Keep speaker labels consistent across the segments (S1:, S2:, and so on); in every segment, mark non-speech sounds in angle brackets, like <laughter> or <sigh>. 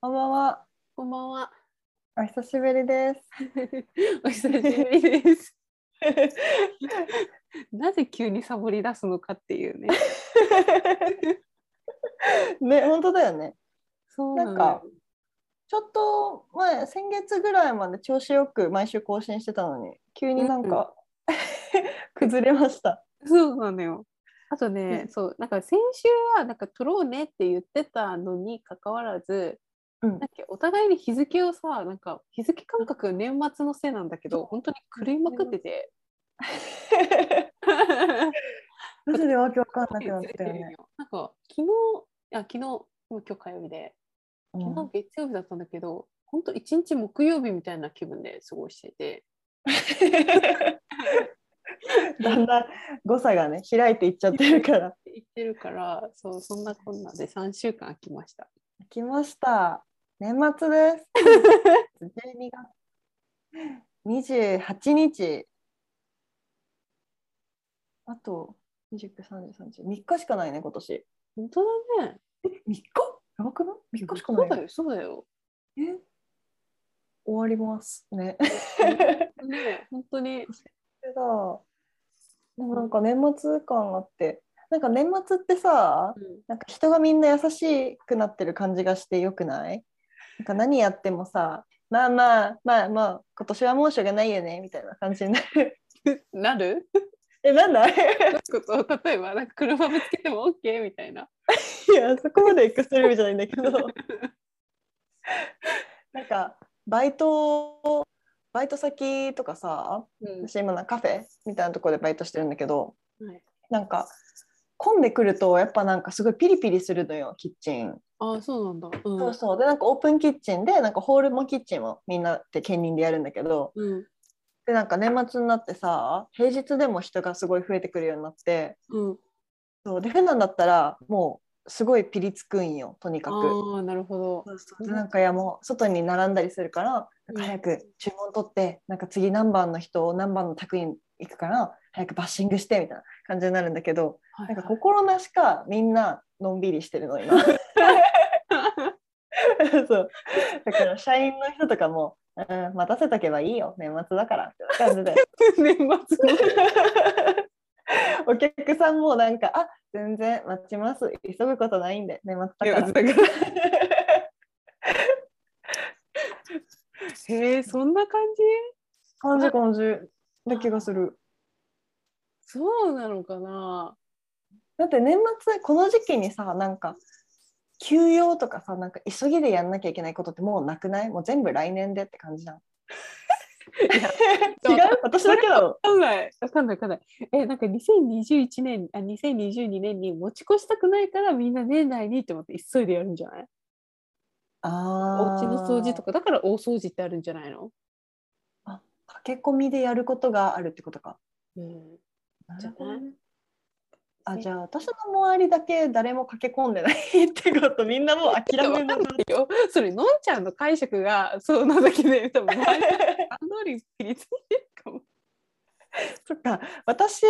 S1: こんばんは。
S2: こんばんは。
S1: お久しぶりです。
S2: <laughs> お久しぶりです。 <laughs> なぜ急にサボり出すのかっていうね。
S1: ね、本当だよね。
S2: そう
S1: なんかちょっと前、先月ぐらいまで調子よく毎週更新してたのに、急になんか、崩れました。
S2: なのよ。そうなのよ。あとね、
S1: うん
S2: そう、なんか先週はなんか撮ろうねって言ってたのにかかわらず。
S1: うん
S2: なんかお互いに日付をさ、なんか日付感覚年末のせいなんだけど、本当に狂いまくってて。 <laughs>
S1: マジでわけわかんなく
S2: ず
S1: なっ
S2: れ
S1: た
S2: て
S1: よ
S2: る
S1: ね。
S2: よなんか昨日、あ、昨日、もう今日火曜日で。昨
S1: うん
S2: 日月曜日だったんだけど、本当一日木曜日みたいな気分で過ごしてて、
S1: だんだん誤差がね、開いていっちゃってるから。
S2: 行ってるから、そうそんなこんなで3週間空きました。
S1: 来ました。年末です。12月28日。あと29、30、30、3日しかないね、今年。
S2: 本当だね。
S1: 3日やばくない ?3 日しか
S2: そ
S1: な
S2: う
S1: い
S2: だ
S1: よ。
S2: よ、そうだ
S1: <laughs>
S2: よ。
S1: え終わりますね。
S2: ね、本当
S1: け
S2: に。
S1: どでもなんか年末感あって、なんか年末ってさ、なんか人がみんな優しくなってる感じがしてよくないなんか何やってもさ、まあまあまあまあ、今年はもうしょうがないよねみたいな感じになる。 <laughs>
S2: なる
S1: え、なんだい
S2: こと例えば、なんか車ぶつけても OK みたいな。
S1: や、そこまでエクストリームじゃないんだけど。 <laughs> なんか、バイト、バイト先とかさ、
S2: うん
S1: 私今なカフェみたいなところでバイトしてるんだけど、
S2: はい、
S1: なんか、混んでくるとやっぱなんかすごいピリピリするのよ、キッチン。
S2: ああ、そうなんだ。うん。
S1: そうそう。で、なんかオープンキッチンで、なんかホールもキッチンもみんなって兼任でやるんだけど、
S2: うん
S1: で、なんか年末になってさ、平日でも人がすごい増えてくるようになって、
S2: うん、
S1: そうで、普段だったらもうすごいピリつくんよ、とにかく。
S2: ああ、なるほど。
S1: そうそうでなんかいやもう外に並んだりするからなんか早く注文取ってなんか次何番の人を何番の宅に行くから早くバッシングしてみたいな感じになるんだけど
S2: はい
S1: なん
S2: はい
S1: か心なしかみんなのんびりしてるの今そう <laughs> だから社員の人とかも「うん待たせとけばいいよ年末だから」みたいな感じで
S2: <laughs> 年末の
S1: お客さんもなんか「あ全然待ちます急ぐことないんで年末だから」
S2: 年末だから <laughs> へえ、そんな感じ
S1: 感じ感じな気がする。
S2: そうなのかな
S1: だって年末この時期にさなんか休養とかさなんか急ぎでやんなきゃいけないことってもうなくないもう全部来年でって感じじゃん。違う私だけだろ。
S2: わかんない。わかんないわかんない。え、なんか2021年、あ、2022年に持ち越したくないからみんな年内にって思って急いでやるんじゃないお
S1: あ
S2: 家の掃除と
S1: か
S2: か、だから大掃除ってあるんじゃないの
S1: 駆け込みでやることがあるってことか。
S2: うん。
S1: なるほどね
S2: ゃな
S1: あ
S2: い
S1: じゃあ私の周りだけ誰も駆け込んでないってことみんなもう諦めの
S2: <laughs> わかんないよそれ、のんちゃんの解釈がそうなだけ <laughs> で、多分、周りの感動にピリついてるかも。
S1: そっか私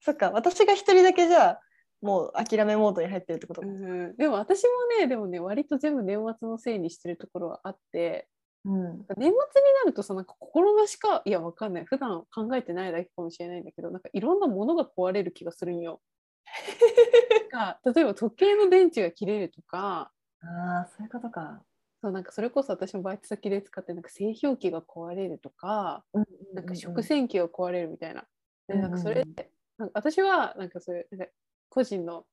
S1: そっか私が一人だけじゃあもう諦めモードに入ってるってこと
S2: う
S1: か。
S2: ん、でも私もねでもね割と全部年末のせいにしてるところはあって
S1: うん
S2: 年末になるとさなんか心なしかいやわかんない普段考えてないだけかもしれないんだけどなんかいろんなものが壊れる気がするん
S1: <laughs>
S2: よ。なんか例えば時計の電池が切れるとか
S1: ああそういうことか。
S2: そうなんかそれこそ私もバイト先で使ってなんか製氷機が壊れるとかなんか食洗機が壊れるみたいな。でなんかそれ
S1: うんうん
S2: ってなんか私はなんかそういうなんか個人の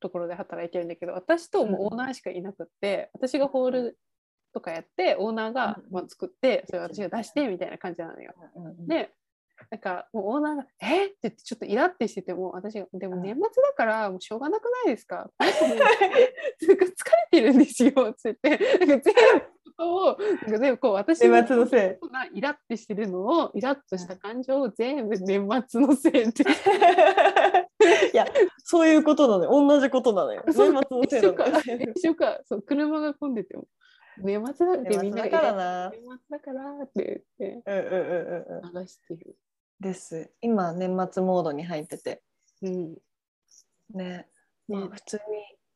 S2: ところで働いてるんだけど私ともうオーナーしかいなくって、私がホールとかやってオーナーが
S1: うんうん
S2: まあ作ってそれ私が出してみたいな感じなのよ。
S1: うんうんうん
S2: でなんかもうオーナーが「えっ?」って言ってちょっとイラってしてても私が「でも年末だからもうしょうがなくないですか? 」 <laughs> なんか疲れてるんですよ」って言ってなんか全部ことをなんか全部こう私の
S1: 年末の
S2: <laughs>
S1: せ
S2: まあイラってしてるのをイラっとした感情を全部年末の
S1: <laughs>
S2: せいって
S1: い。いや、そういうことなのよ。同じことなのよ。年末のせい
S2: 一
S1: な
S2: 緒か
S1: のよ。
S2: 一緒かそう車が混んでても年末だってみ
S1: 年
S2: ん
S1: 末だ
S2: ながイラ
S1: から
S2: っ
S1: な。
S2: 年末だからって言っ
S1: う
S2: て
S1: んうんうんうんうん。
S2: 流してる。
S1: です。今、年末モードに入ってて。
S2: うん
S1: ね。まあ
S2: ね
S1: 普通に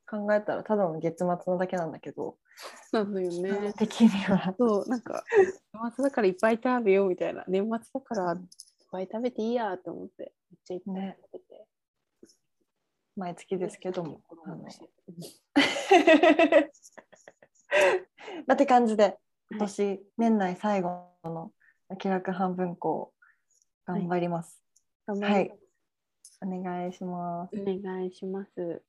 S1: 考えたら、ただの月末のだけなんだけど。
S2: なのよね。
S1: 的には。
S2: そうなんか年末だからいっぱい食べようみたいな年末だからいっぱい食べていいやと思ってめっちゃいっぱい食べてて。
S1: 毎月ですけど
S2: <laughs>
S1: も。あのまあって感じで今年年内最後の気楽半分こう頑張ります。
S2: うん
S1: はいお願いします。
S2: お願いします。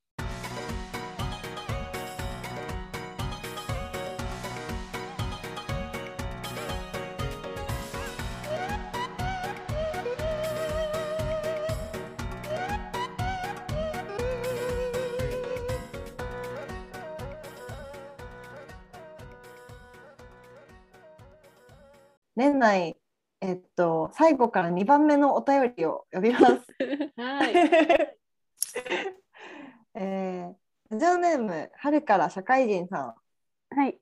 S1: 年内えっと最後から2番目のお便りを呼び
S2: <laughs>
S1: ます。
S2: はい。
S1: <laughs> えーラジオネーム春から社会人さ
S2: はい。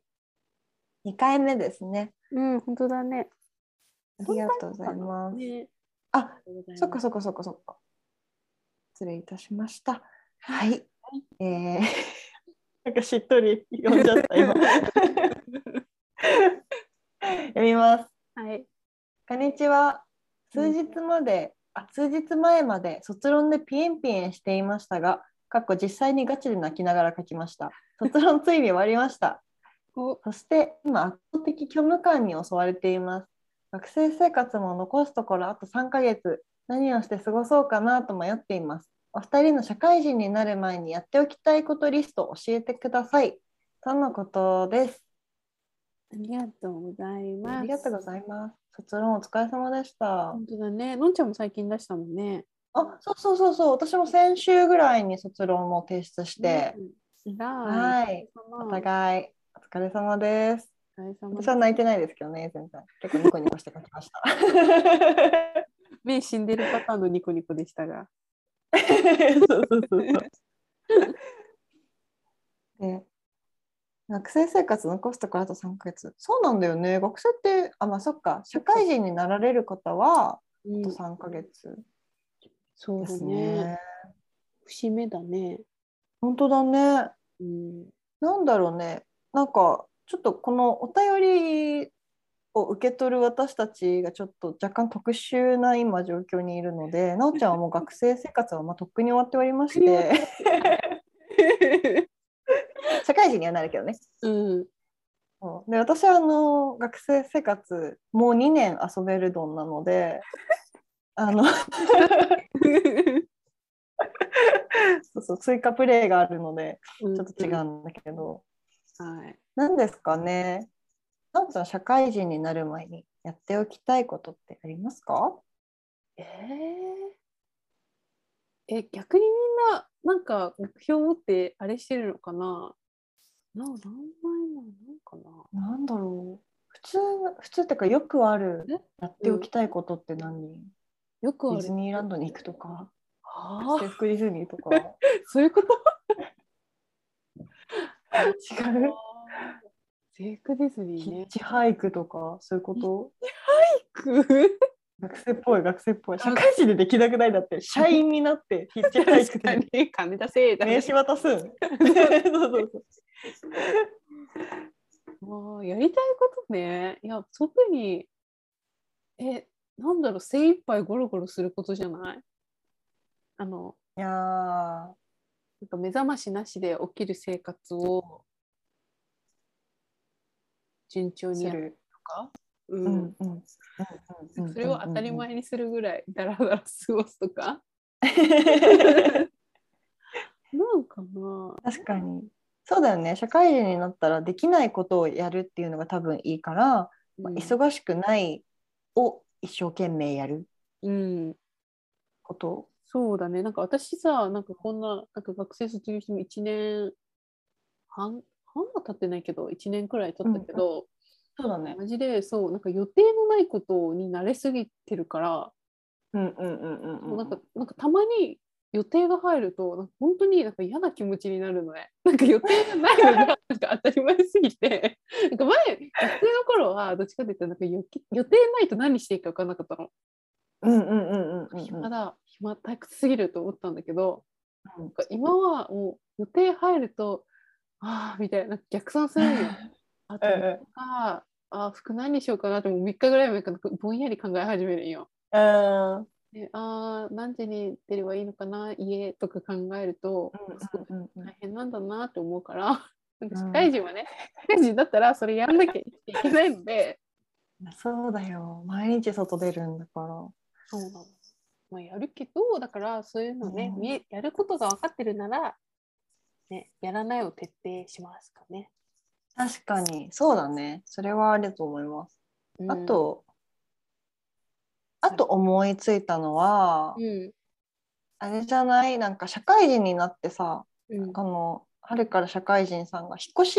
S1: ん2回目ですね。
S2: うん、本当だね。
S1: ありがとうございます。
S2: ね、
S1: あそっか
S2: そっか。
S1: そっかそっかそっか。失礼いたしました。はい。えー <laughs> なんかしっとり読んじゃった今。 <laughs> 読みます。
S2: はい。
S1: こんにちは。数日まで、あ数日前まで卒論でピエンピエンしていましたが、かっこ実際にガチで泣きながら書きました。卒論ついに終わりました。
S2: お、
S1: そして今圧倒的虚無感に襲われています。学生生活も残すところあと3ヶ月、何をして過ごそうかなと迷っています。お二人の社会人になる前にやっておきたいことリストを教えてください。とのことです。
S2: ありがとうございます。
S1: ありがとうご
S2: い
S1: ざいます。卒論お疲れ様でした。
S2: 本当だね。のんちゃんも最近出したもんね。
S1: あ、そうそうそうそう。私も先週ぐらいに卒論も提出して、
S2: うん、偉い。
S1: はい
S2: お
S1: お
S2: 疲れ様。
S1: 互いお疲れ様です。
S2: お疲れ様で
S1: 私
S2: す
S1: は泣いてないですけどね、全然。結構ニコニコして書きました。 <laughs>
S2: 目死んでるパターンのニコニコでしたが。
S1: <laughs> そうそうそうそう。で学生生活残すところあと3ヶ月そうなんだよね学生ってあまあそっか社会人になられる方はあと3ヶ月
S2: そう
S1: で
S2: だ
S1: す
S2: ね。
S1: ね。
S2: 節目だね。
S1: 本当だね。
S2: うん。
S1: なんだろうねなんかちょっとこのお便りを受け取る私たちがちょっと若干特殊な今状況にいるのでなおちゃんはもう学生生活はまあとっくに終わっておりまし <laughs>
S2: とっくに
S1: て社会人にはなるけどね
S2: <laughs> うん。
S1: そうで私はあの学生生活もう2年遊べるどんなのであのそうそう追加プレイがあるのでちょっと違う。んだけど
S2: はい。
S1: 何ですかねなおちゃん社会人になる前にやっておきたいことってありますか
S2: えー、え、逆にみんな、なんか目標を持ってあれしてるのかなな、何枚なのかな
S1: なんだろう普通普通ってかよくある
S2: え
S1: やっておきたいことって何、
S2: よくあ
S1: デ
S2: る。
S1: ィズニーランドに行くとか
S2: あ
S1: 制
S2: あ、
S1: 服ディズニーとか
S2: そういうこと
S1: 違う
S2: 制服ディズニー
S1: ヒ
S2: ね
S1: ッ。チハイクとかそういうこと学生っぽい学生っぽい社会人でできなくないだって社員になってヒッチハイク
S2: 確か
S1: で
S2: に、 <laughs> 金出せだ
S1: 名
S2: ね。
S1: 刺渡すんそうそうそう
S2: もうやりたいことね。いや、特に、え、なんだろう、精一杯ゴロゴロすることじゃないあの、
S1: いやー
S2: なんか目覚ましなしで起きる生活を順調に
S1: す
S2: やる
S1: る、
S2: とか、う
S1: うんんうんうん、
S2: それを当たり前にするぐらいだらだら過ごすとか、なんかな
S1: <laughs> 確かにそうだよね社会人になったらできないことをやるっていうのが多分いいから、まあ忙しくないを一生懸命やる
S2: うん、うん
S1: こと
S2: そうだね。なんか私さ、なんかこんな、なんか学生卒業しても1年半、半は経ってないけど、1年くらい経ったけど、
S1: そうだね
S2: マジで、そう、なんか予定のないことに慣れすぎてるから、
S1: うんうんうんうん
S2: もうなんか、なんかたまに予定が入ると、なんか本当になんか嫌な気持ちになるのね。 <laughs> なんか予定がない
S1: <laughs>
S2: のがなんか当たり前すぎて、なんか前、学生の頃は、どっちかっていうと、なんか予期予定ないと何していいか分かんなかったの。
S1: うんうんうんうんうん
S2: 暇だ、暇退屈すぎると思ったんだけど、
S1: うん
S2: なんか今はもう予定入るとああみたいな逆
S1: <laughs>
S2: 算するんよ。あと
S1: うんうん
S2: ああ服何にしようかなってもう3日ぐらい前からぼんやり考え始めるんよ。
S1: うん
S2: でああ何時に出ればいいのかな家とか考えるとすごい
S1: うんうん
S2: 大変なんだなって思うから <laughs> なんか社会人はね、社会人だったらそれやんなきゃいけないので
S1: そうだよ毎日外出るんだか
S2: そうなの、まあ、やるけどだからそういうのね、
S1: うん
S2: 見えやることが分かってるなら、ね、やらないを徹底しますかね。
S1: ら確かにそうだねそれはあると思います、
S2: うん
S1: あ、とあと思いついたのは、
S2: うん
S1: あれじゃないなんか社会人になってさ
S2: うん、
S1: あの春から社会人さんが引っ越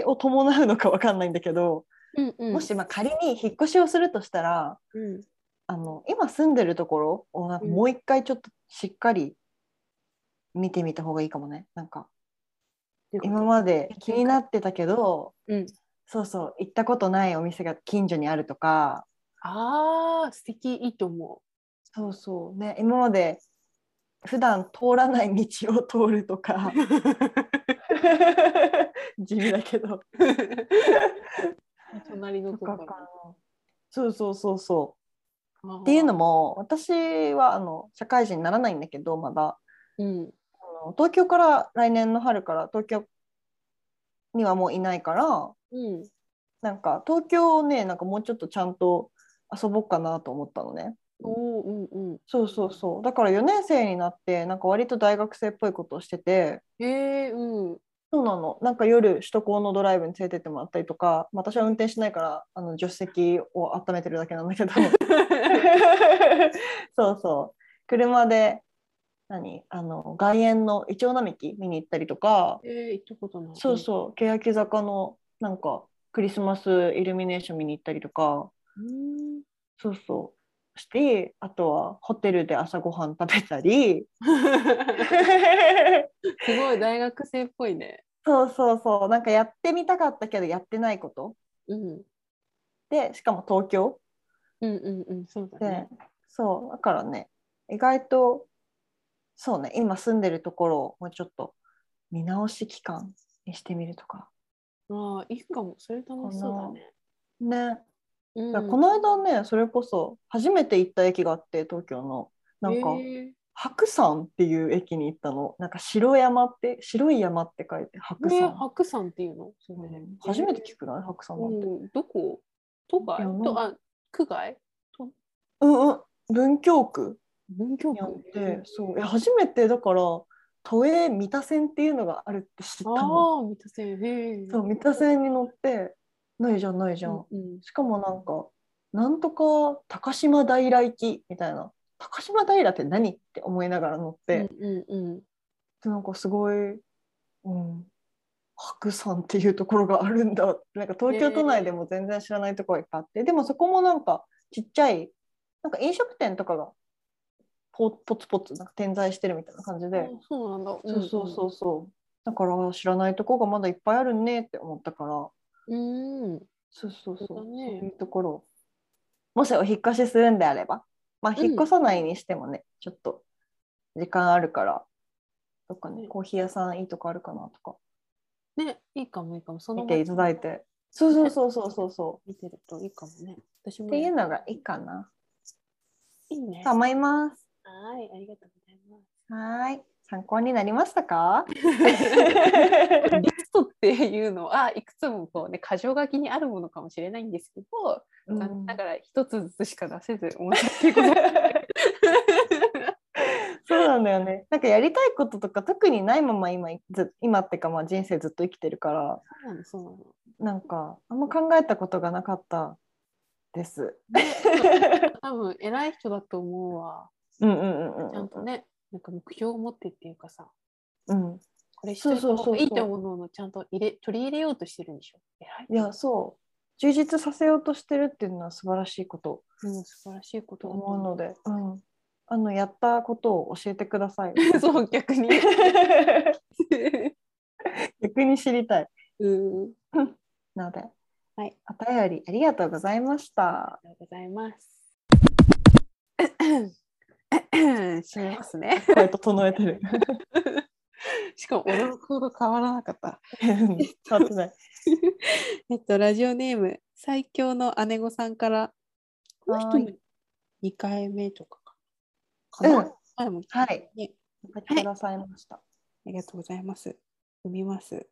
S1: しを伴うのかわかんないんだけど、
S2: うんうん、
S1: もしまあ仮に引っ越しをするとしたら
S2: うん、
S1: あの今住んでるところをなんか
S2: うん
S1: もう一回ちょっとしっかり見てみた方がいいかもね。なんか今まで気になってたけど、
S2: うん
S1: そうそう行ったことないお店が近所にあるとか
S2: ああ素敵いいと思
S1: そうそうね今まで普段通らない道を通ると <laughs> か地味だけど
S2: う。 <laughs> 隣の
S1: と
S2: と
S1: か
S2: か
S1: かなそうそうそうそう
S2: っ
S1: っていうの、も私はあの社会人にならないんだけどまだ
S2: うん
S1: あの東京から来年の春から東京にはもういないから
S2: うん、
S1: なんか東京をねなんかもうちょっとちゃんと遊ぼうかなと思ったのね
S2: おーうんう
S1: そうそうそうだから4年生になってなんか割と大学生っぽいことをしてて
S2: ん、へ
S1: <laughs>
S2: えうん
S1: そうなのなんか夜首都高のドライブに連れてってもらったりとか、まあ私は運転しないからあの助手席を温めてるだけなんだけどそうそう車で何あの外苑のイチョウ並木見に行ったりとか
S2: えー、行ったことない。
S1: そうそう欅坂のなんかクリスマスイルミネーション見に行ったりとか
S2: うん。 <laughs>
S1: そうそうしてあとはホテルで朝ごはん食べたり
S2: すごい大学生っぽいね。
S1: そうそうそうなんかやってみたかったけどやってないこと
S2: うん。
S1: でしかも東京
S2: うんうんうん、そうだ
S1: で、
S2: ね。
S1: そうだからね意外とそうね今住んでるところをもうちょっと見直し期間にしてみるとか
S2: ああ、いいかも。それ楽しそうだね。
S1: ね、
S2: うん
S1: だからこの間ねそれこそ初めて行った駅があって東京のなんか、
S2: え
S1: 白山っていう駅に行ったのなんか白山って白い山って書いて白
S2: ー、え
S1: 山、
S2: 白山っていうのそうれね
S1: ん初めて聞くない白山なんて、
S2: うん、どこ都
S1: い
S2: 外
S1: やなん
S2: とあ、区外
S1: うんうん文京区
S2: 文京
S1: に
S2: 区
S1: あってそういや初めてだから都営三田線っていうのがあるって知ったの
S2: ああ、三田線。へえ。
S1: そう三田線に乗ってないじゃんないじゃん、
S2: うんうん。
S1: しかもなんかなんとか高島平行きみたいな高島平って何って思いながら乗って、
S2: うんうんうん。
S1: でなんかすごい、うん、白山っていうところがあるんだなんか東京都内でも全然知らないところがいっぱいあって、でもそこもなんかちっちゃいなんか飲食店とかがポポツポツなんか点在してるみたいな感じ
S2: あ
S1: で、
S2: そうなんだ。
S1: そうそうそうそうだから知らないところがまだいっぱいあるねって思ったから
S2: うん。うん。
S1: そうそうそう
S2: そうだね
S1: そういうところをもしお引っ越しするんであればまあ
S2: うん
S1: 引っ越さないにしてもね、ちょっと時間あるからどっかね
S2: ね
S1: コーヒー屋さんいいとこあるかなとか
S2: ね、いいかもいいかも。その
S1: 見ていただいて。そうそうそうそうそうそ
S2: 見てるといいかもね。私
S1: う。
S2: <laughs> も
S1: っていうのがいいかな。
S2: いいね。
S1: と
S2: は
S1: 思います。
S2: い、ありがとうございます。
S1: はーい。参考になりましたか
S2: リストっていうのは、いくつもこうね、箇条書きにあるものかもしれないんですけど、
S1: うん
S2: だから一つずつしか出せず、申し訳ございません。
S1: そうなんだよね。なんかやりたいこととか特にないまま今ず今ってかまあ人生ずっと生きてるから
S2: そうなの、そうなの。
S1: なんかあんま考えたことがなかったです。
S2: 多分偉い人だと思うわ。
S1: うんうんうん
S2: ちゃんとね、なんか目標を持ってっていうかさ、
S1: うん。うん。
S2: これしてる
S1: そうそうそうそう
S2: いいと思うものをちゃんと入れ取り入れようとしてるんでしょ。偉い。
S1: いやそう。充実させようとしてるっていうのは素晴らしいこと
S2: うん、素晴らしいこと
S1: と
S2: だと
S1: 思うので、うん、あのやったことを教えてくだ <laughs> さい。
S2: <laughs> そう、逆に。
S1: 逆に知りたい。
S2: うん。
S1: なので、
S2: はい、
S1: お便りありがとうございました <laughs>
S2: あ。りがとうございます。閉めますね。
S1: こうやって整えてる。
S2: しかも俺の行動変わらなかった。
S1: 変ってない。
S2: えっと、ラジオネーム、最強の姉御さんから、この人
S1: はー
S2: 2回目とかか。
S1: うん
S2: かな前も
S1: はい。
S2: ね
S1: 送ってくださいました。
S2: ありがとうございます。読みます。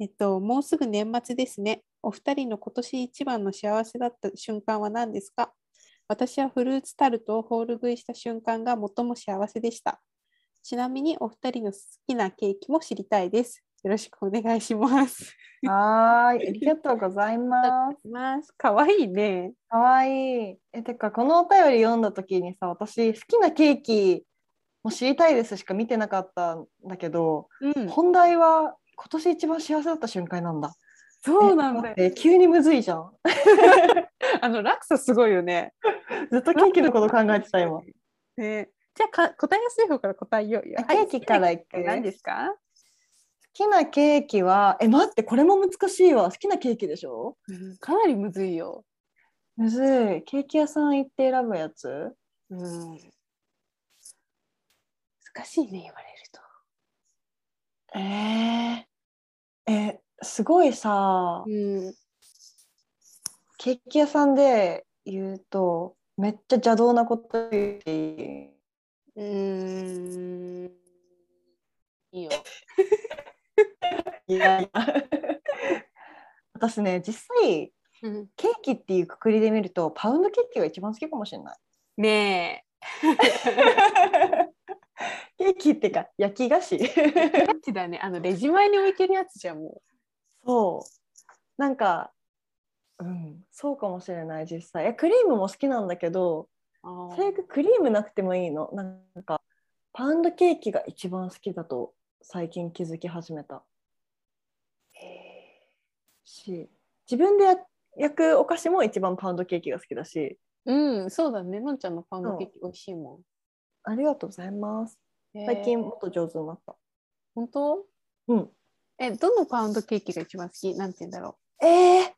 S2: えっと、もうすぐ年末ですね。お二人の今年一番の幸せだった瞬間は何ですか私はフルーツタルトをホール食いした瞬間が最も幸せでした。ちなみにお二人の好きなケーキも知りたいです。よろしくお願いします。
S1: はーい。ありがとうございます。
S2: ます。かわいいね。
S1: かわいい。え、てか、このお便り読んだ時にさ、私、好きなケーキも知りたいですしか見てなかったんだけど、
S2: うん、
S1: 本題は今年一番幸せだった瞬間なんだ。
S2: そうなんだよ。
S1: え、急にむずいじゃん。 <laughs>
S2: あの落差すごいよね。
S1: ずっとケーキのこと考えてた今。
S2: ね、じゃあか答えやすい方から答えようよ。
S1: あケーキからいく
S2: はい好きなケーキって何ですか？
S1: 好きなケーキは、え、待って、これも難しいわ。好きなケーキでしょ
S2: かなりむずいよ。
S1: むずい。ケーキ屋さん行って選ぶやつ
S2: うん、難しいね言われると。
S1: えー、え、すごいさ、
S2: うん、
S1: ケーキ屋さんで言うと、めっちゃ邪道なこと言っていい。
S2: うん、いい <laughs> よ。
S1: いやいや <laughs> 私ね、実際、
S2: うん、
S1: ケーキっていうくくりで見ると、パウンドケーキが一番好きかもしれない。
S2: ね
S1: ケーキってか、焼き菓子。
S2: え、ガチだね。あのレジ前に置いてるやつじゃんも
S1: そう。なんか、うん、そうかもしれない、実際。いやクリームも好きなんだけど、
S2: う。あ
S1: 最悪クリームなくてもいいの。なんか、パウンドケーキが一番好きだと、最近気づき始めた。し、自分でや焼くお菓子も一番パウンドケーキが好きだし、
S2: うん、そうだね。のんちゃんのパウンドケーキ美味しいも
S1: ありがとうございます。
S2: ん。
S1: 最近
S2: えー
S1: もっと上手になった。
S2: 本当？
S1: うん。
S2: え、どのパウンドケーキが一番好き？なんて言うんだろ
S1: えー、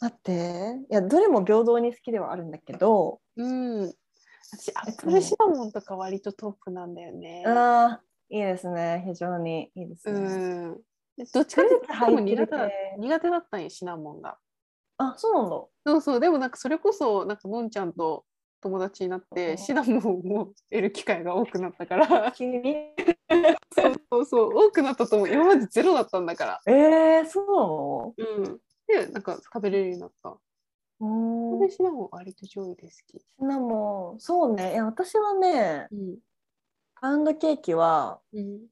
S1: 待って。いや、どれも平等に好きではあるんだけど、
S2: う。うん。私アップ
S1: えっと
S2: ルシナモンとか割とトップなんだよね。
S1: ああ、いいですね。非常にいいですね。
S2: うん。どっちかっていうと多分苦手だ
S1: フルーツ入ってて
S2: 苦手だったんよシナモンが。
S1: あ、そうなんだ。
S2: そうそうでもなんかそれこそなんかのんちゃんと友達になっ
S1: う
S2: て
S1: ん
S2: シナモンを得る機会が多くなったから <laughs>
S1: 急に
S2: そうそうそう多くなったと思う今までゼロだったんだから。
S1: えー、そ
S2: うん。でなんか食べれるようになった。
S1: うなのうーん
S2: でシナモン割と上位で好き。
S1: シナモンそうねいや私はね
S2: うん。
S1: パウンドケーキは
S2: うん。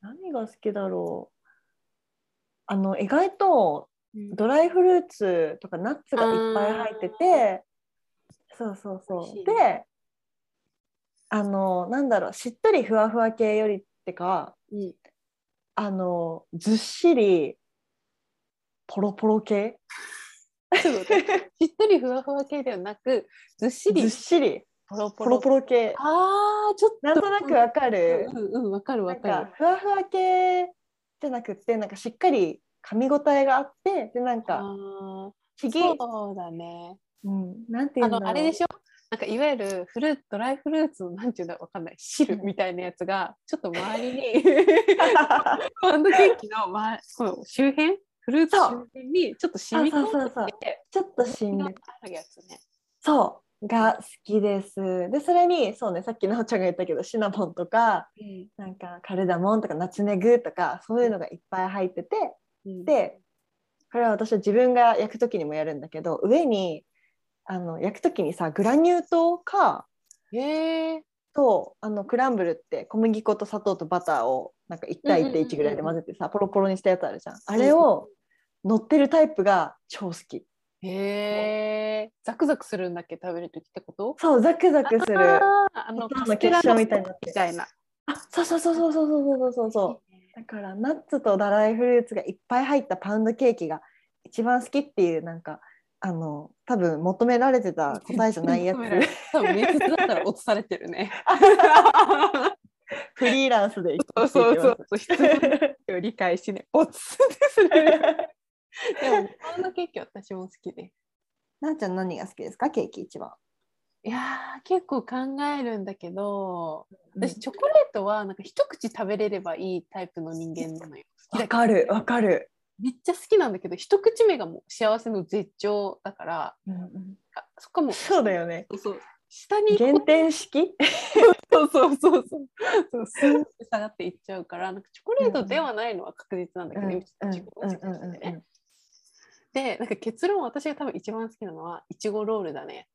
S1: 何が好きだろうあの意外とドライフルーツとかナッツがいっぱい入っててそうそう
S2: 美
S1: そ
S2: 味しいう
S1: であのなんだろうしっとりふわふわ系よりってか
S2: うん。
S1: あのずっしりポロポロ系
S2: <laughs> ちょっと待ってしっとりふわふわ系ではなく、ずっし
S1: ずっ
S2: り
S1: しり
S2: ポロポ
S1: ポ
S2: ロ。
S1: ロポロ系
S2: ああ、ちょっと。
S1: なんとなくわかる
S2: うんうん、わかる
S1: な
S2: わ
S1: ん
S2: かる
S1: か。ふわふわ系じゃなくってなんかしっかり噛み応えがあってでなん
S2: あ
S1: か
S2: ー
S1: ひげ、
S2: そうだね。
S1: うん、なんてい
S2: あ
S1: うんだろう
S2: の、あれでしょなんかいわゆるフルーツドライフルーツのなんていうんだろうわかんない汁みたいなやつがちょっと周
S1: <laughs>
S2: りにパウンドケーキの,、ま、この周辺フルーツ周辺にちょっと染み込ん
S1: <laughs> そうそうそう
S2: でて
S1: ちょっとしん
S2: が
S1: ど
S2: あ
S1: い
S2: るやつね。
S1: そうが好きですでそれにそうねさっきなおちゃんが言ったけどシナモンとかなんかカルダモンとかナツネグとかそういうのがいっぱい入ってて
S2: うん、
S1: でこれは私は自分が焼く時にもやるんだけど上にあの焼く時にさグラニュー糖か
S2: へえ
S1: とあのクランブルって小麦粉と砂糖とバターをなんか1対1対1ぐらいで混ぜてさポロポロにしたやつあるじゃんあれを乗ってるタイプが超好き
S2: へえザクザクするんだっけ食べるときってこと
S1: そうザクザクするあ
S2: あーあの
S1: 砂
S2: カ
S1: 糖の
S2: ステラ
S1: 結晶
S2: の
S1: みたいになって
S2: みたいな。
S1: そうそうそうそうそうそうそうそうそうだからナッツとドライフルーツがいっぱい入ったパウンドケーキが一番好きっていうなんかあの多分求められて <laughs> た答えじゃないやつ
S2: <laughs> カメラ多分面接だったら落とされて
S1: <laughs>
S2: るね。 <laughs>
S1: フリーランスで
S2: そ
S1: 生
S2: う
S1: きてい
S2: そ
S1: きます
S2: うそうそう。質問を理解 <laughs> しね。ボツですね。でもパウンドケーキ私も好きで。
S1: なあちゃん何が好きですかケーキ一番
S2: えいやー結構考えるんだけど
S1: うん
S2: 私チョコレートはなんか一口食べれればいいタイプの人間なのよ。好きだけど
S1: わかるわかる。
S2: めっちゃ好きなんだけど一口目がもう幸せの絶頂だからあそこはもう
S1: そうだよね。
S2: そうそう下に
S1: 減
S2: 行
S1: 点式
S2: そうそうそうそうそうスーッて下がっていっちゃうからなんかチョコレートではないのは確実なんだけど、今ちょっと自己分析しててねでなんか結論私が多分一番好きなのはいちごロールだね。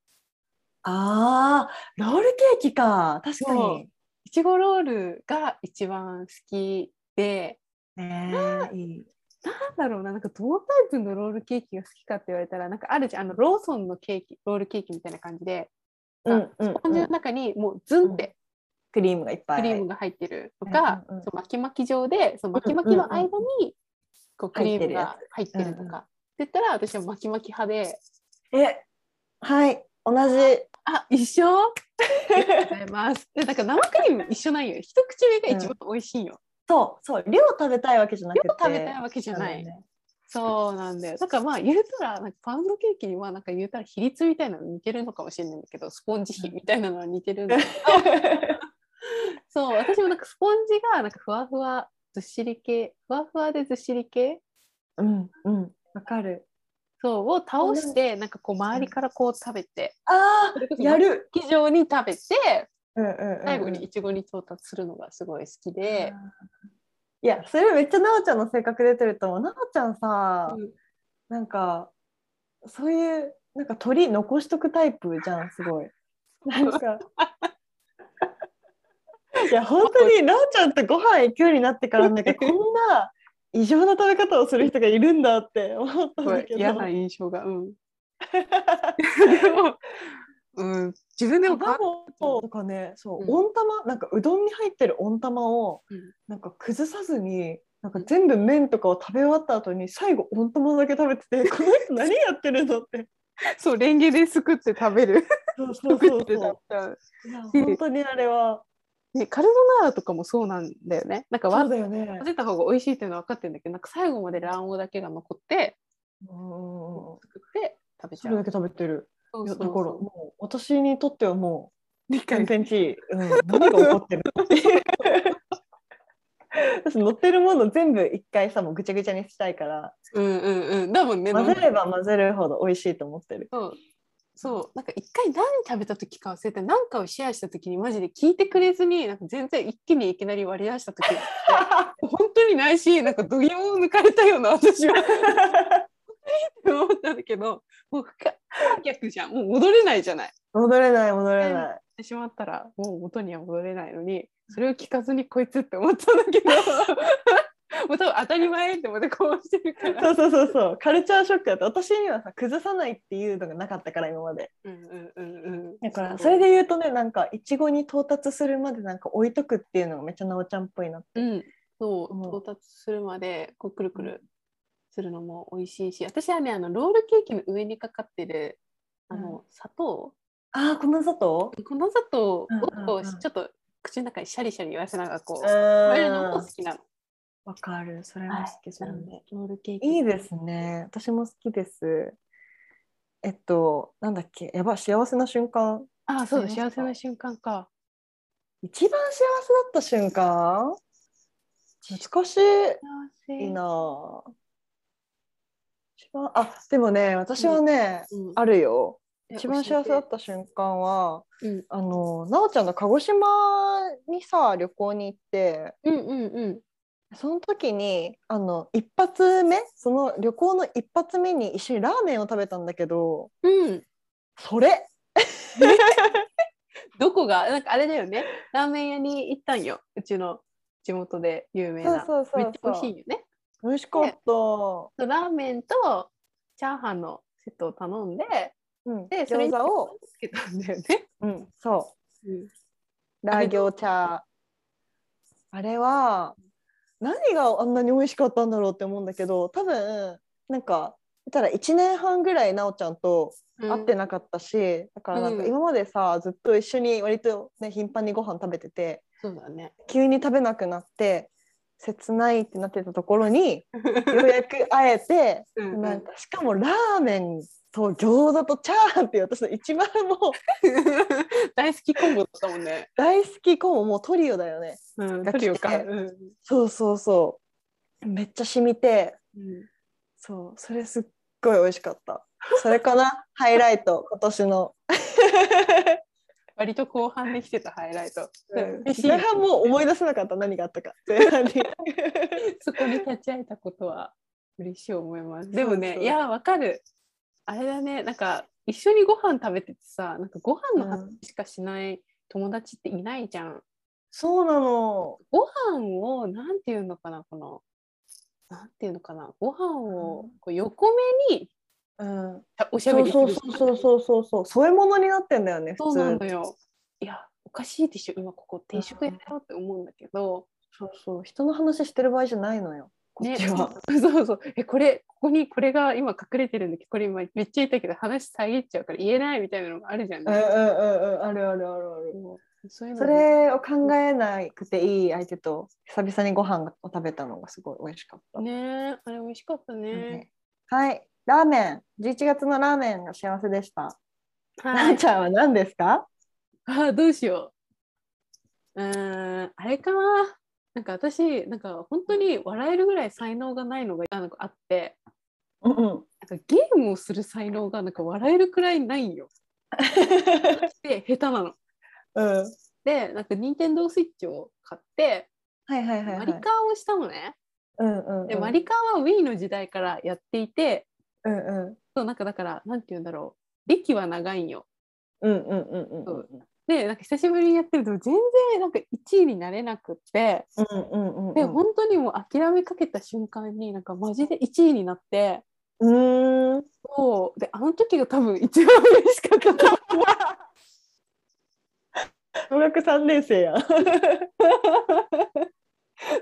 S1: あーロールケーキか確か
S2: そ
S1: に。
S2: いちごロールが一番好きで
S1: ねえいい。
S2: なんだろうななんかどのタイプのロールケーキが好きかって言われたらなんかあるじゃんあのローソンのケーキロールケーキみたいな感じで
S1: うんうん
S2: スポンジの中にもうズンって
S1: クリームがいっぱい。
S2: クリームが入ってるとか、
S1: うんうんうん
S2: その巻き巻き状でその巻き巻きの間にこうクリームが入って
S1: てるやつ
S2: るとかって言ったら私は巻き巻き派で
S1: えはい同じ。
S2: <laughs> あ一緒ありがとうございますでだから生クリーム一緒なんよ一口目が一番美味しいよ、
S1: そうそう量食べたいわけじゃなくて。
S2: 量食べたいわけじゃない、そうなんだよだからまあ言うたらなんかパウンドケーキにはなんか言うたら比率みたいなの似てるのかもしれないんだけどスポンジ比みたいなのは似てるん <laughs> だけど
S1: そうだよ
S2: <laughs>
S1: ね。
S2: そう私もなんかスポンジがなんかふわふわずっしり系ふわふわでずっしり系
S1: うんうんわかる。
S2: そうを倒してなんかこう周りからこう食べて
S1: あ
S2: それこ
S1: ー
S2: そ
S1: やる。
S2: 液状に食べて
S1: うんうんうん
S2: 最後にいちごに到達するのがすごい好きで、
S1: いやそれめっちゃなおちゃんの性格出てると思うなおちゃんさ、
S2: うん
S1: なんかそういうなんか鳥残しとくタイプじゃんすご
S2: <laughs>
S1: いなんかいや本当になおちゃんとご飯行くようになってからなんかこんな異常な食べ方をする人がいるんだって思ったん
S2: すご
S1: だ
S2: い <laughs>
S1: けど
S2: 嫌な印象が <laughs> うん。 <laughs> でも、うん、自分でも変わっ
S1: 卵とかねそう、
S2: うん
S1: 温玉なんかうどんに入ってる温玉を、
S2: うん
S1: なんか崩さずになんか全部麺とかを食べ終わった後に最後温玉だけ食べて <laughs> てこの人何やってるのって
S2: そうレンゲですくって食べる
S1: そうそう
S2: 食
S1: そ
S2: っ
S1: う
S2: てだ
S1: そ
S2: った、
S1: ういや本当にあれは
S2: ね、カルボナーラとかもそうなんだよねなんか
S1: そう
S2: 割
S1: だよね
S2: 混。ぜた方が美味しいっていうのは分かってるんだけどなんか最後まで卵黄だけが残って
S1: うんうんうん
S2: 作って食べち
S1: そ
S2: ゃ
S1: れだ
S2: う
S1: け食べてる。
S2: そう
S1: い
S2: そ
S1: や
S2: う
S1: だか
S2: そう
S1: らもう私にとってはも
S2: 理
S1: う完
S2: 解
S1: 全地位、うん、何が起こってるのっていう <laughs> 私乗ってるもの全部一回さもうぐちゃぐちゃにしたいから
S2: うんうんうんだもんね
S1: 混ぜれば混ぜるほど美味しいと思
S2: <laughs>
S1: ってる。
S2: そう。そう。なんか一回何食べた時か忘れて何かをシェアした時にマジで聞いてくれずになんか全然一気にいきなり割り出した時本当にないしなんか度肝を抜かれたような私は思ったんだけどもう不可不可逆じゃんもう戻れないじゃない。
S1: 戻れない戻れない。
S2: してしまったらもう元には戻れないのにそれを聞かずにこいつって思ったんだけどもう多分当たり前って思ってこうしてるから。
S1: そうそうそうそうカルチャーショックだと私にはさ崩さないっていうのがなかったから今まで
S2: うんうんうんうん
S1: だからそれで言うとねなんかいちごに到達するまでなんか置いとくっていうのがめっちゃなおちゃんっぽいなって、
S2: うん、そ
S1: うん
S2: う到達するまでこうくるくるするのも美味しいし私はねあのロールケーキの上にかかってるあの、
S1: う
S2: 砂糖
S1: ああこの砂糖
S2: 粉砂糖を
S1: うん
S2: こ
S1: うん
S2: う
S1: うん
S2: ちょっと口の中にシャリシャリ言わせながらこう
S1: う
S2: 食べる
S1: ん
S2: のも好きなの。
S1: わかるそれは好きそ
S2: な
S1: れ
S2: の
S1: ね
S2: でロールケーキ
S1: いいですね私も好きですえっとなんだっけやば幸せな瞬間
S2: ああそうだ
S1: ありま
S2: 幸
S1: すか
S2: せな瞬間か。
S1: 一番幸せだった瞬間難しい
S2: 幸せ
S1: いいなぁ一番あでもね私はね、
S2: うん
S1: あるよ
S2: え
S1: 一番幸
S2: 教え
S1: せ
S2: て
S1: だった瞬間は
S2: うん
S1: あのなおちゃんが鹿児島にさ旅行に行って
S2: うんうんうん
S1: その時にあの一発目その旅行の一発目に一緒にラーメンを食べたんだけど
S2: うん
S1: それ
S2: どこがなんかあれだよねラーメン屋に行ったんようちの地元で有名な
S1: そうそうそうそう
S2: めっちゃ美味しいよね
S1: 美味しかった、
S2: そうラーメンとチャーハンのセットを頼んで
S1: うん、
S2: でそ
S1: 餃
S2: れに
S1: 子を、
S2: つけたんだよね。
S1: うん、そう
S2: うん
S1: ラー餃茶あれは何があんなに美味しかったんだろうって思うんだけど多分なんか言ったら1年半ぐらいなおちゃんと会ってなかったし、だからなんか
S2: うん
S1: 今までさずっと一緒に割とね頻繁にご飯食べてて
S2: そうだね。
S1: 急に食べなくなって切ないって
S2: <laughs>
S1: なってたところにようやく会えて
S2: うんうん
S1: なんかしかもラーメンそう餃子とチャーハンっていう私の一番もう
S2: <laughs> 大好きコンボだったもんね。
S1: 大好きコンボもうトリオだよね
S2: うん、
S1: が
S2: ト
S1: 来て
S2: リオか。うん
S1: そうそうそうめっちゃ染みて
S2: うん
S1: そうそれすっごい美味しかったそれかな <laughs> ハイライト今年の、
S2: 割と後半できてたハイライト。
S1: うん、
S2: 嬉しい
S1: 前半もう思い出せなかった何があったか
S2: <laughs>
S1: 前半に
S2: そこに立ち会えたことは嬉しい思います。 <laughs> でも
S1: そう
S2: ね、
S1: そう
S2: いや、わかる。あれだね、なんか一緒にご飯食べててさ、なんかご飯の
S1: う
S2: 話しかしない友達っていないじゃん。
S1: そうなの
S2: ご飯を、なんていうのかな、この、なんていうのかな、ご飯を
S1: うん
S2: こう横目に
S1: うん
S2: おしゃ
S1: そ
S2: べ
S1: う
S2: り
S1: そう
S2: する
S1: そうそうそうそう添え物になってんだよね
S2: そ
S1: 普
S2: う
S1: 通
S2: なのよ。いや、おかしいでしょ、今ここ定食やめろって思うんだけど。
S1: そうそう人の話してる場合じゃないのよこっちは、
S2: ね、そう <laughs> そうえこれここにこれが今隠れてるんだけどこれ今めっちゃ言ったけど話遮っちゃうから言えないみたいなのがあるじゃん、
S1: うんうんうんうんあるあるあるある
S2: もうそういうの
S1: それを考えなくていい相手と久々にご飯を食べたのがすごい美味しかった。
S2: ねあれ美味しかったね、
S1: はい、ラーメン。11月のラーメンが幸せでした。な
S2: は
S1: ん
S2: い
S1: ちゃんは何ですか？
S2: あどうしよううーんあれかななんか私なんか本当に笑えるぐらい才能がないのがあなんかあって
S1: うんうん。
S2: なんかゲームをする才能がなんか笑えるくらいないんよで下手なの
S1: <laughs> うん。はい
S2: でなんか任天堂スイッチを買って
S1: はいはい、はい。
S2: マリカーをしたのね、
S1: うんうんうん。
S2: でマリカーは Wii の時代からやっていて
S1: うんうん。
S2: そうなんかだからなんて言うんだろう歴は長いんよ。
S1: うんうんうんうん
S2: そうでなんか久しぶりにやってると全然なんか1位になれなくって
S1: うんうんうん。
S2: で本当にもう諦めかけた瞬間になんかマジで1位になって
S1: うん。うーん。
S2: そうであの時が多分一番嬉しかったと思う
S1: 小学三年生やん。
S2: なんか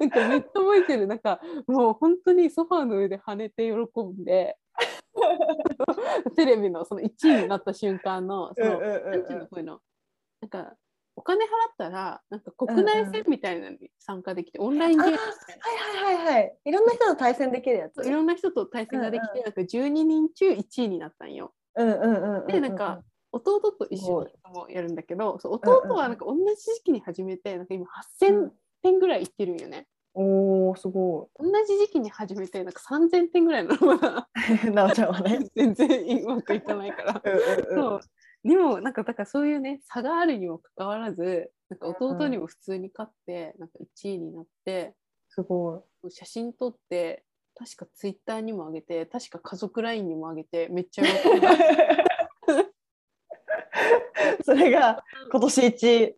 S2: めっちゃ覚えてるなんかもう本当にソファーの上で跳ねて喜
S1: <laughs>
S2: んでテレビのその1位になった瞬間のそのなんていうのこういうのなんかお金払ったらなんか国内線みたいなのに参加できて、オンラインゲームみたいな
S1: はいはいはいはい。いろんな人と対戦できるやつ。
S2: そういろんな人と対戦ができて、
S1: う
S2: なんか12人中1位になったんよ。
S1: うんうんうんうん。
S2: でなんか。弟と一
S1: すご
S2: 緒
S1: い
S2: にいつもやるんだけど、そう
S1: うんうん
S2: 弟はなんか同じ時期に始めてなんか今8,000点ぐらいいってるんよね。
S1: おおすご
S2: 同じ時期に始めてなんか3,000点ぐらいなのまだ
S1: い。 <laughs> なおちゃんはね。
S2: <laughs> 全然うまくいかないから。
S1: うんうんうん。
S2: そうでもなんかだからそういうね差があるにもかかわらずなんか弟にも普通に勝って、なんか1位になって
S1: すごい。
S2: 写真撮って確かツイッターにも上げて確か家族 LINE にも上げてめっちゃ喜
S1: <laughs>
S2: んだ
S1: それが今年一。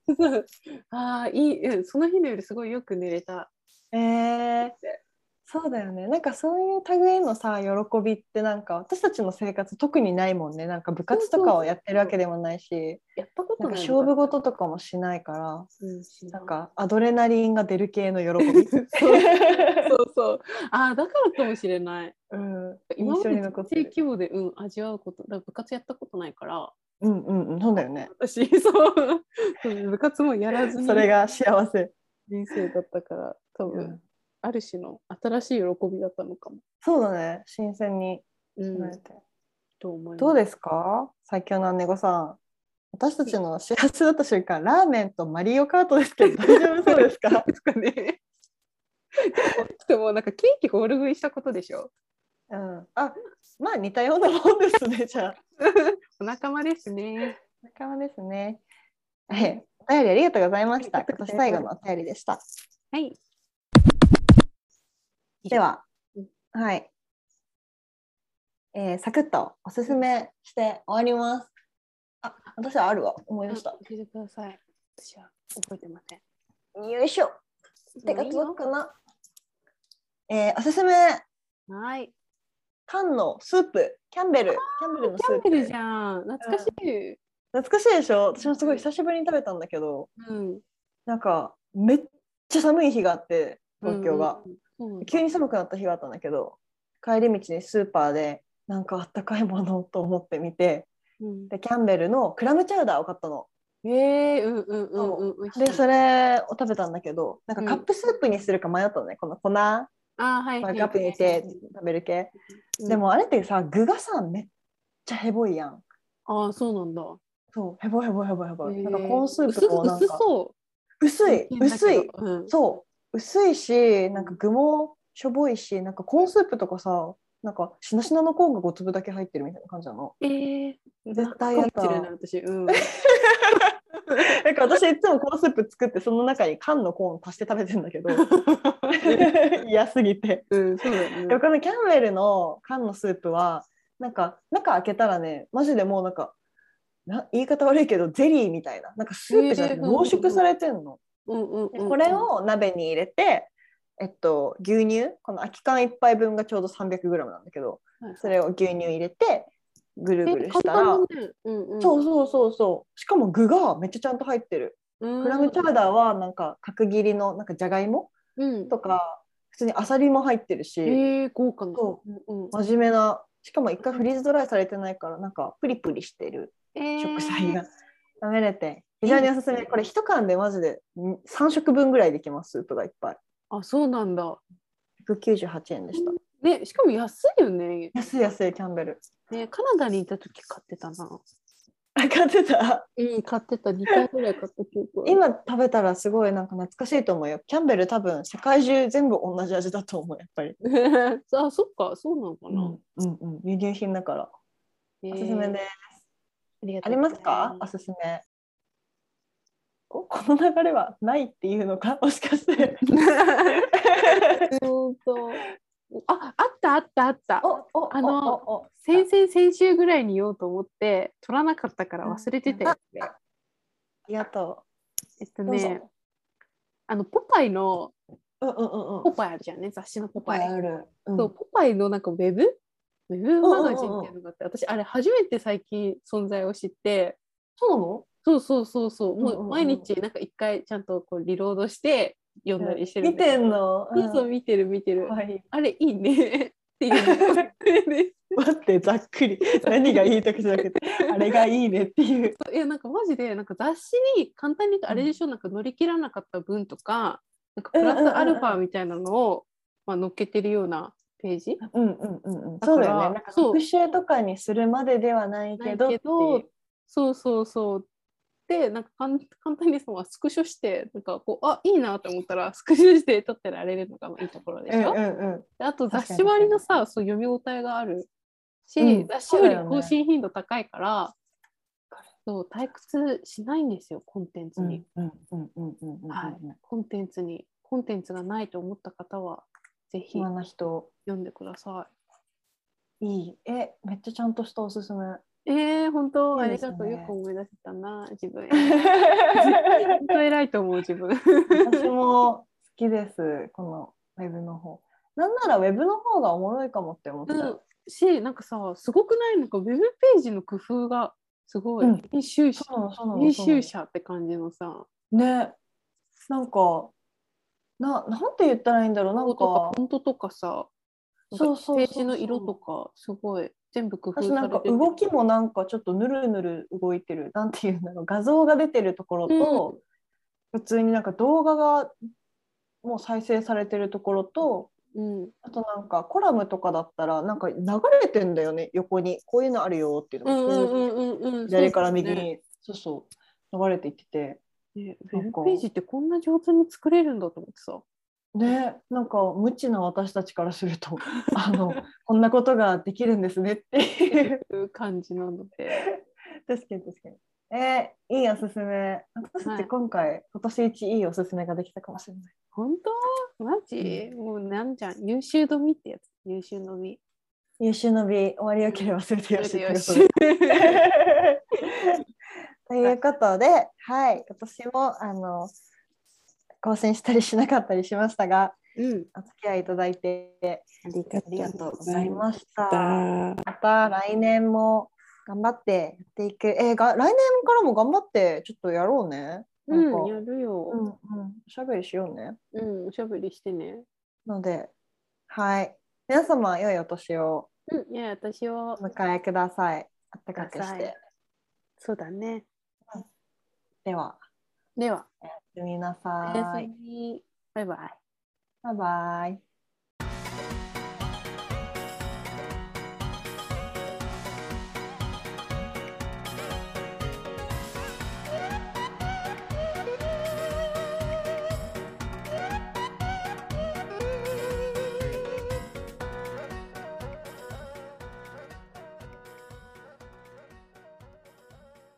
S2: あーいいうんその日の夜すごいよく寝れた
S1: えー、そうだよね。なんかそういう類のさ喜びってなんか私たちの生活特にないもんね。なんか部活とかをやってるわけでもないし、
S2: やったこと
S1: なん
S2: な
S1: か
S2: い
S1: 勝負事とかもしないから、
S2: うんし
S1: なん
S2: か
S1: かアドレナリンが出る系の喜 <laughs> び。
S2: そうそうそうあーだからかもしれない
S1: うん。印
S2: 今ま
S1: 象
S2: で
S1: に
S2: 人
S1: 残って
S2: 生
S1: る。
S2: 規模で、うん、味わうことだから部活やったことないから
S1: うんうんうん。そうだよね。
S2: 私そうそう部活もやらずに
S1: それが幸せ。
S2: 人生だったから多分、
S1: うん
S2: ある種の新しい喜びだったのかも、
S1: そうだね。新鮮に
S2: うん
S1: 思えて。
S2: と思います
S1: どうですか最強の姉御さん。私たちの幸せだった瞬間、ラーメンとマリオカートですけど、大丈夫そうです
S2: <laughs>
S1: か
S2: ですかね。でもでもなんかケーキホール食いしたことでしょ。
S1: うん。あ、まあ似たようなもんですね、じゃあ。
S2: お仲間ですね。
S1: 仲間ですね。はい。お便りありがとうございました。
S2: ありが
S1: 今
S2: とうござ
S1: 年
S2: いま
S1: 最後
S2: す
S1: のお便りでした。
S2: はい。
S1: では
S2: うん、
S1: はい。えー、サクッとおすすめして終わります。あ、私はあるわ。思い出した
S2: あ。教えてください。私は覚えてません。
S1: よいしょ。手が
S2: もういいよ
S1: 届くかな。えー、おすすめ。
S2: はい。
S1: 缶のスープキャンベルキャンベルのス
S2: キャ
S1: ー
S2: ンベル
S1: プ
S2: じゃん。懐かしい。
S1: 懐かしいでしょ私もすごい久しぶりに食べたんだけど
S2: うん。
S1: なんかめっちゃ寒い日があって東京が、
S2: うん。うん
S1: 急に寒くなった日があったんだけど帰り道にスーパーでなんかあったかいものと思ってみて
S2: うん
S1: でキャンベルのクラムチャウダーを買ったの
S2: えー、うんうんうんうん美味しい。
S1: でそれを食べたんだけどなんかカップスープにするか迷ったのねこの粉カ
S2: あーはいはい。
S1: ップに入れて食べる系、でもあれってさ具がさめっちゃヘボいやん。
S2: ああそうなんだ。
S1: そう、ヘボヘボヘボヘボ。
S2: へえ
S1: なんかコーンスー
S2: 薄
S1: プもなん
S2: 薄
S1: か
S2: そ
S1: 薄
S2: う。
S1: い、
S2: 一見だけど
S1: 薄い。
S2: うん
S1: そう、薄いし、なんか具もしょぼいし、なんかコーンスープとかさ、なんかしなしなのコーンが5粒だけ入ってるみたいな感じなの。
S2: えー、
S1: 絶対やだ
S2: かもしれない私。うん。
S1: なんか私いつもコーンスープ作ってその中に缶のコーン足して食べてんだけ <laughs> ど嫌すぎて。
S2: <laughs> うん、そうだよ
S1: で
S2: ね
S1: も。このキャンベルの缶のスープはなんか中開けたらねマジでもうなんかな言い方悪いけどゼリーみたいななんかスープじゃなくて
S2: へーうんうんうん
S1: 濃縮されてんの。
S2: うんうん
S1: で
S2: うん。
S1: これを鍋に入れて、えっと、牛乳この空き缶1杯分がちょうど 300g なんだけど
S2: はい
S1: それを牛乳入れてぐるぐるした
S2: 簡
S1: ら、
S2: 単だねうんうん、
S1: そうそうそうそうしかも具がめっちゃちゃんと入ってる。
S2: うん
S1: クラムチャウダーはなんか角切りのなんかじゃがいも
S2: うん
S1: とか普通にアサリも入ってるし、
S2: えー、豪華な。
S1: そ
S2: うんうん、
S1: 真面目なしかも一回フリーズドライされてないからなんかプリプリしてる
S2: えー
S1: 食材が食べれて非常におすすめこれ一缶でマジで3食分ぐらいできますスープがいっぱい
S2: あ、そうなんだ。
S1: 198円でした
S2: ね、しかも安いよね。
S1: 安い安いキャンベル
S2: ね、カナダにいた時買ってたな。
S1: あ買ってた
S2: うん、買ってた。2回ぐらい買った記憶ある。
S1: 今食べたらすごいなんか懐かしいと思うよキャンベル多分世界中全部同じ味だと思うやっぱり、
S2: <laughs> あ、そっか、そうなのか
S1: う
S2: な。
S1: うんうん、輸入品だから
S2: えー
S1: おすすめです
S2: ありが
S1: あ
S2: とう
S1: ります
S2: <laughs>
S1: かお
S2: ござい
S1: すすめおこの流れはないっていうのかもしかして
S2: ますうんと。あ、あったあったあった。
S1: おお
S2: あの
S1: おお
S2: 先々先週ぐらいに言おうと思って取らなかったから忘れてたやつで
S1: あありがと
S2: えっと
S1: うどうぞ
S2: ねあのポパイの
S1: うんうんうんう
S2: ポ
S1: ん
S2: パイあるじゃんね雑誌のポ
S1: パ
S2: パ
S1: イ
S2: イ
S1: ある、うん
S2: そうポパイのなんかウェブウェブマガジンっていうのがあって私あれ初めて最近存在を知って
S1: そ
S2: そうそうそうそうも
S1: うんうんう
S2: うん毎日なんか一回ちゃんとこうリロードして読んだりしてる
S1: 見てんの、
S2: そうそう見てる見て
S1: う
S2: る
S1: んかわいい
S2: あれいいねっていうの
S1: 待ってざっくり何がいいとかじゃなく <laughs> てあれがいいねっていう
S2: <laughs> いやなんかマジでなんか雑誌に簡単にあれでしょ、なんか乗り切らなかった分とかなんかプラスアルファみたいなのを、まあ、載っけてるようなページ
S1: うんうんうんうん
S2: だから
S1: そうだよねなんか
S2: そう
S1: 復習とかにするまでではないけど
S2: ないけどそうそうそうでなんかかん簡単にそのスクショしてなんかこうあいいなと思ったら <laughs> スクショして撮ってられるのがいいところでし
S1: うん
S2: ょ、
S1: うんうん
S2: であと
S1: 確か
S2: 雑
S1: に
S2: 誌割のさそう読み応えがあるし、
S1: うん
S2: 雑誌よ
S1: そう
S2: り
S1: だよね
S2: 更新頻度高いからそう退屈しないんですよコンテンツ
S1: うん
S2: に、
S1: うんうんうんうんうん
S2: はいコンテンツにコンテンツがないと思った方はぜひ
S1: 暇
S2: 読
S1: な人
S2: んでくださ
S1: いいえめっちゃちゃんとしたおすす <laughs> め
S2: い。えー、本当
S1: い
S2: あ
S1: いで
S2: り
S1: すね
S2: がとうよく思い出せたな自分
S1: 私
S2: 本当偉いと思う自 <laughs> 分
S1: も好きですこのウェブの方なんならウェブの方がおもろいかもって思って
S2: うんしなんかさすごくないなんかウェブページの工夫がすごい、
S1: うん
S2: 編集者
S1: そうなのそうなの
S2: 編集者って感じのさ
S1: ねなんかななんて言ったらいいんだろうなん
S2: ロゴとか
S1: か
S2: フォントとかさ
S1: そうそうそうそう
S2: ページの色とかすごい全部工夫
S1: 私
S2: さ
S1: な
S2: れ
S1: ん
S2: て
S1: か
S2: て
S1: 動きもなんかちょっとぬるぬる動いてるなんていうんだろう画像が出てるところと、普通になんか動画がもう再生されてるところと
S2: うん
S1: あとなんかコラムとかだったらなんか流れてんだよね横にこういうのあるよっていう
S2: う
S1: の
S2: ん
S1: が、
S2: うんうんうんうん
S1: 左から右
S2: そうですね
S1: にそうそう流れていってて
S2: ね、ウ
S1: な
S2: ェ
S1: ん
S2: ブ
S1: か
S2: ページってこんな上手に作れるんだと思ってさ。
S1: ねなんか無知な私たちからする <laughs> とあのこんなことができるんですねっていう
S2: いう感じなので。
S1: <laughs> 確かに確かに。えー、いいおすすめ。私た
S2: は
S1: ち
S2: い
S1: 今回、今年一いいおすすめができたかもしれない。
S2: 本当マジ、もうなんじゃん。優秀のみってやつ。優秀のみ。
S1: 優秀の美終わりよければ全てよしっていうことで。 <laughs> ということで、はい、今年もあの更新したりしなかったりしましたが、
S2: うん。
S1: お付き合いいただいて
S2: あり
S1: ありがとうございました。
S2: た。
S1: また来年も頑張ってやっていく。えーが来年からも頑張ってちょっとやろうね。
S2: う
S1: なんか
S2: ん、やる
S1: うん
S2: よ。
S1: うん、おしゃべりしようね。
S2: うん、おしゃべりしてね。
S1: ので、はい。皆様、良いお年を
S2: うん、いや、私は
S1: お。迎えください。あったかくし
S2: くださ
S1: て
S2: い。そうだね。
S1: では、
S2: では、
S1: おやすみな
S2: お
S1: さ
S2: やす
S1: い。
S2: み。バイバイ。
S1: バイバイ。